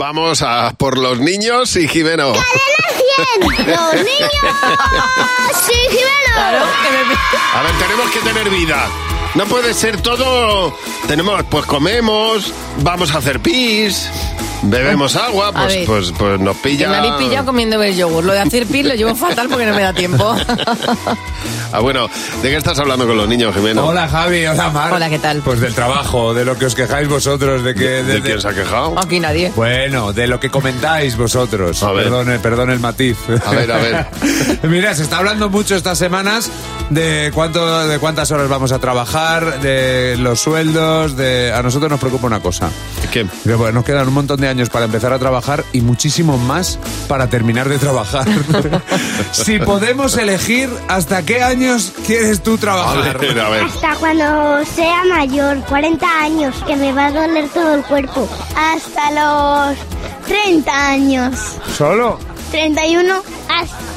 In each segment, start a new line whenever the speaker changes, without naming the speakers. Vamos a por los niños y Jimeno.
¡Los niños! ¡Sí, Jimeno!
A ver, tenemos que tener vida. No puede ser todo. Tenemos, pues comemos, vamos a hacer pis, bebemos agua,
Ah, A
pues,
ver.
pues, pues nos
Que
pilla.
me habéis pillado comiendo el yogur. Lo de hacer pis lo llevo fatal porque no me da tiempo.
Ah, bueno, ¿de qué estás hablando con los niños, Jimeno?
Hola Javi, hola Mar.
Hola, ¿qué tal?
Pues del trabajo, de lo que os quejáis vosotros, de que...
¿De,
de- de-
quién se ha quejado?
Aquí nadie.
Bueno, de lo que comentáis vosotros.
A ver.
Perdone, perdone el matiz.
A ver, a ver.
Mira, se está hablando mucho estas semanas de cuánto, de cuántas horas vamos a trabajar, de los sueldos, de. A nosotros nos preocupa una cosa.
¿Qué?
Que, bueno, nos quedan un montón de años para empezar a trabajar y muchísimo más para terminar de trabajar. si podemos elegir hasta qué años quieres tú
A
trabajar.
ver, a ver.
Hasta cuando sea mayor, 40 años, que me va a doler todo el cuerpo. Hasta los 30 años.
¿Solo?
31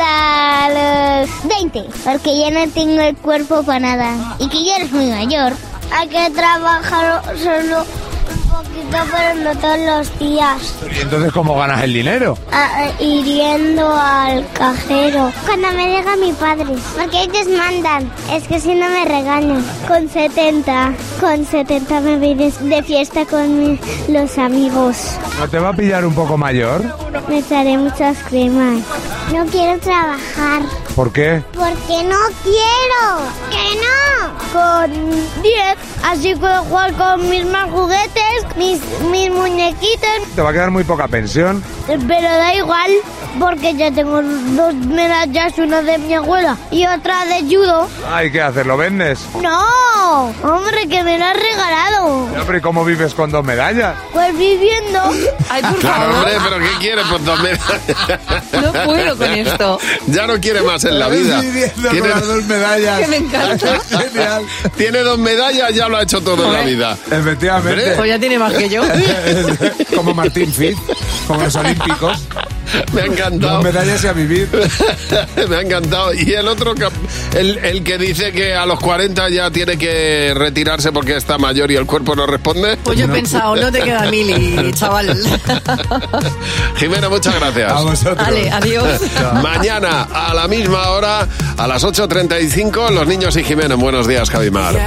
hasta los 20. Porque ya no tengo el cuerpo para nada. Y que ya eres muy mayor. Hay que trabajar solo un poquito, pero no todos los días.
¿Y entonces cómo ganas el dinero?
a- Ah, eh, hiriendo al cajero. Cuando me diga mi padre. Porque ellos mandan. Es que si no me regañan. Con 70. Con 70 me voy de, de fiesta con mi- los amigos.
¿No te va a pillar un poco mayor?
Me echaré muchas cremas. No quiero trabajar.
¿Por qué?
Porque no quiero. ¡Que no! Con 10. Así puedo jugar con mis más juguetes, mis, mis muñequitos,
Te va a quedar muy poca pensión.
Pero da igual, porque ya tengo dos medallas, una de mi abuela y otra de judo.
Ay, ¿qué haces? ¿Lo vendes?
¡No! Hombre, que me lo has regalado.
Ya, pero ¿y cómo vives con dos medallas?
Pues viviendo.
Ay, por
Claro,
favor.
hombre, pero ¿qué quiere? Pues dos
No puedo con esto.
Ya no quiere más en la vida. Tiene,
medallas.
Que me encanta.
Genial.
tiene dos medallas, ya lo ha hecho todo en la vida.
Efectivamente.
Pues ya tiene más que yo. Pues
pues
Como Martín Fitz, como los olímpicos.
Me ha encantado.
Dos medallas y a vivir.
Me ha encantado. Y el otro, cap- el, el que dice que a los 40 ya tiene que retirarse porque está mayor y el cuerpo no responde.
Pues yo he pensado, no te queda mil y chaval.
Jimena, muchas gracias.
A vosotros.
Vale, adiós.
Mañana a la misma hora, a las 8.35, los niños y Jimena. Buenos días, Javimar.